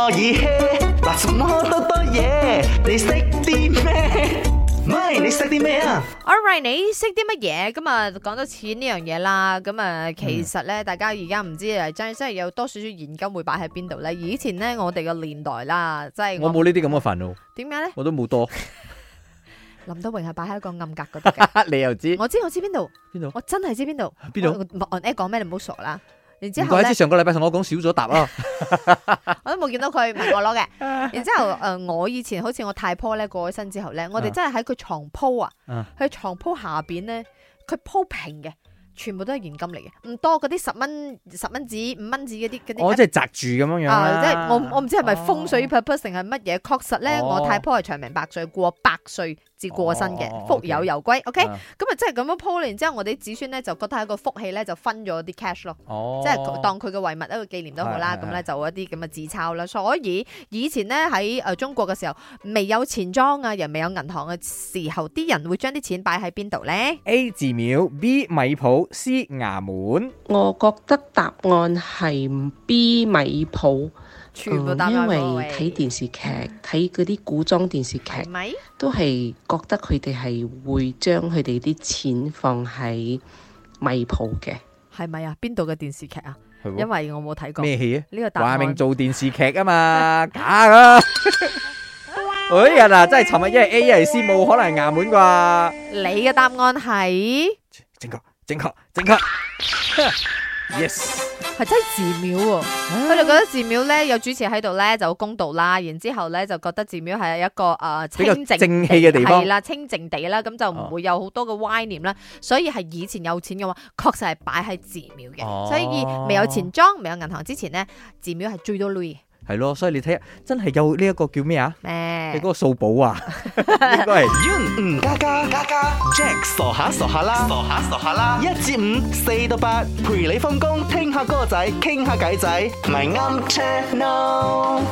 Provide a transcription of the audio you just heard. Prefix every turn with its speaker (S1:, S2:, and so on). S1: 我耳嘿，嗱什麼多多嘢，你識啲咩？咪你識啲咩啊？
S2: Alright，你識啲乜嘢？咁啊，講到錢呢樣嘢啦，咁
S3: 嗯
S2: 啊，其實咧，大家而家唔知啊，真真係有多少少現金會擺喺邊度咧？以前咧，我哋個年代啦，即係
S3: 我冇呢啲咁嘅煩惱，
S2: 點解 咧？
S3: 我都 冇多。
S2: 林德榮係擺喺一個暗格嗰度 嘅，
S3: 你又知
S2: 我知我知邊度，
S3: 邊度？
S2: 我真係知邊度
S3: 邊度？
S2: 度？我 on air 講咩？你唔好傻啦。然之
S3: 唔
S2: 後
S3: 怪之
S2: 咧，
S3: 上個禮拜同我講少咗答啊 啦。
S2: 我都冇見到佢，唔係我攞嘅。
S3: 啊
S2: 然之後誒、呃我以前好似我太婆咧過咗身之後咧，我哋
S3: 啊
S2: 真係喺佢床鋪啊
S3: 啊，
S2: 佢床鋪下邊咧，佢鋪平嘅。全部都係現金嚟嘅，唔多嗰啲十蚊、十蚊紙、五蚊紙嗰啲嗰啲
S3: 我哦即係擲住咁樣樣
S2: 啊！
S3: 啦
S2: 即係我我唔知係咪風水
S3: 哦
S2: purpose 定係乜嘢，確實咧，
S3: 哦
S2: 我太婆係長命百歲，過百歲至過身嘅，
S3: 哦
S2: 福有
S3: OK
S2: 攸歸。OK，咁
S3: 啊
S2: 啊，即係咁樣鋪完之後，我哋子孫咧就覺得係一個福氣咧，就分咗啲 cash 咯，
S3: 哦，
S2: 即係當佢嘅遺物一個紀念都好啦。
S3: 係係
S2: 咁咧就一啲咁嘅紙鈔啦。所以以前咧喺誒中國嘅時候，未有錢莊啊，又未有銀行嘅時候，啲人會將啲錢擺喺邊度咧？
S3: A 寺廟，B 米鋪，C 衙門。
S4: 我覺得答案係 B 米鋪，
S2: 全部
S4: 嗯
S2: 答
S4: 因
S2: 案
S4: 為
S2: 喎
S4: 睇電視劇、睇嗰啲古裝電視
S2: 係
S4: 劇，
S2: 咪？
S4: 都係覺得佢哋係會將佢哋啲錢放喺米鋪嘅。
S2: 係咪啊？邊度嘅電視劇啊？
S3: 係喎
S2: 因為我冇睇過
S3: 咩戲啊？
S2: 呢個答
S3: 華
S2: 案。
S3: 明做電視劇啊嘛， 假噶。哎呀嗱，真係尋日一係 A 一係 C，冇可能係衙門啩？
S2: 你嘅答案係
S3: 正確，正確，正確。Yes。
S2: 係真係寺廟喎、佢哋覺得寺廟咧有主持喺度咧就好公道啦，然之後咧就覺得寺廟係一個誒、呃
S3: 比較
S2: 清靜
S3: 正氣嘅地方哦
S2: 係啦，清靜地啦，咁就唔會有好多嘅歪念啦。所以係以前有錢嘅話，確實係擺喺寺廟嘅。
S3: 哦
S2: 所以未有錢莊、未有銀行之前咧，寺廟係最多累
S3: 係咯，所以你睇下，真係有呢一個叫咩啊？你
S2: 咩
S3: 嗰？個掃 寶啊，應該係。
S1: 嗯，加加加加，Jack 傻下傻下啦，傻下傻下啦，一至五，四到八，陪你放工，聽下歌仔，傾下偈仔，咪啱 channel。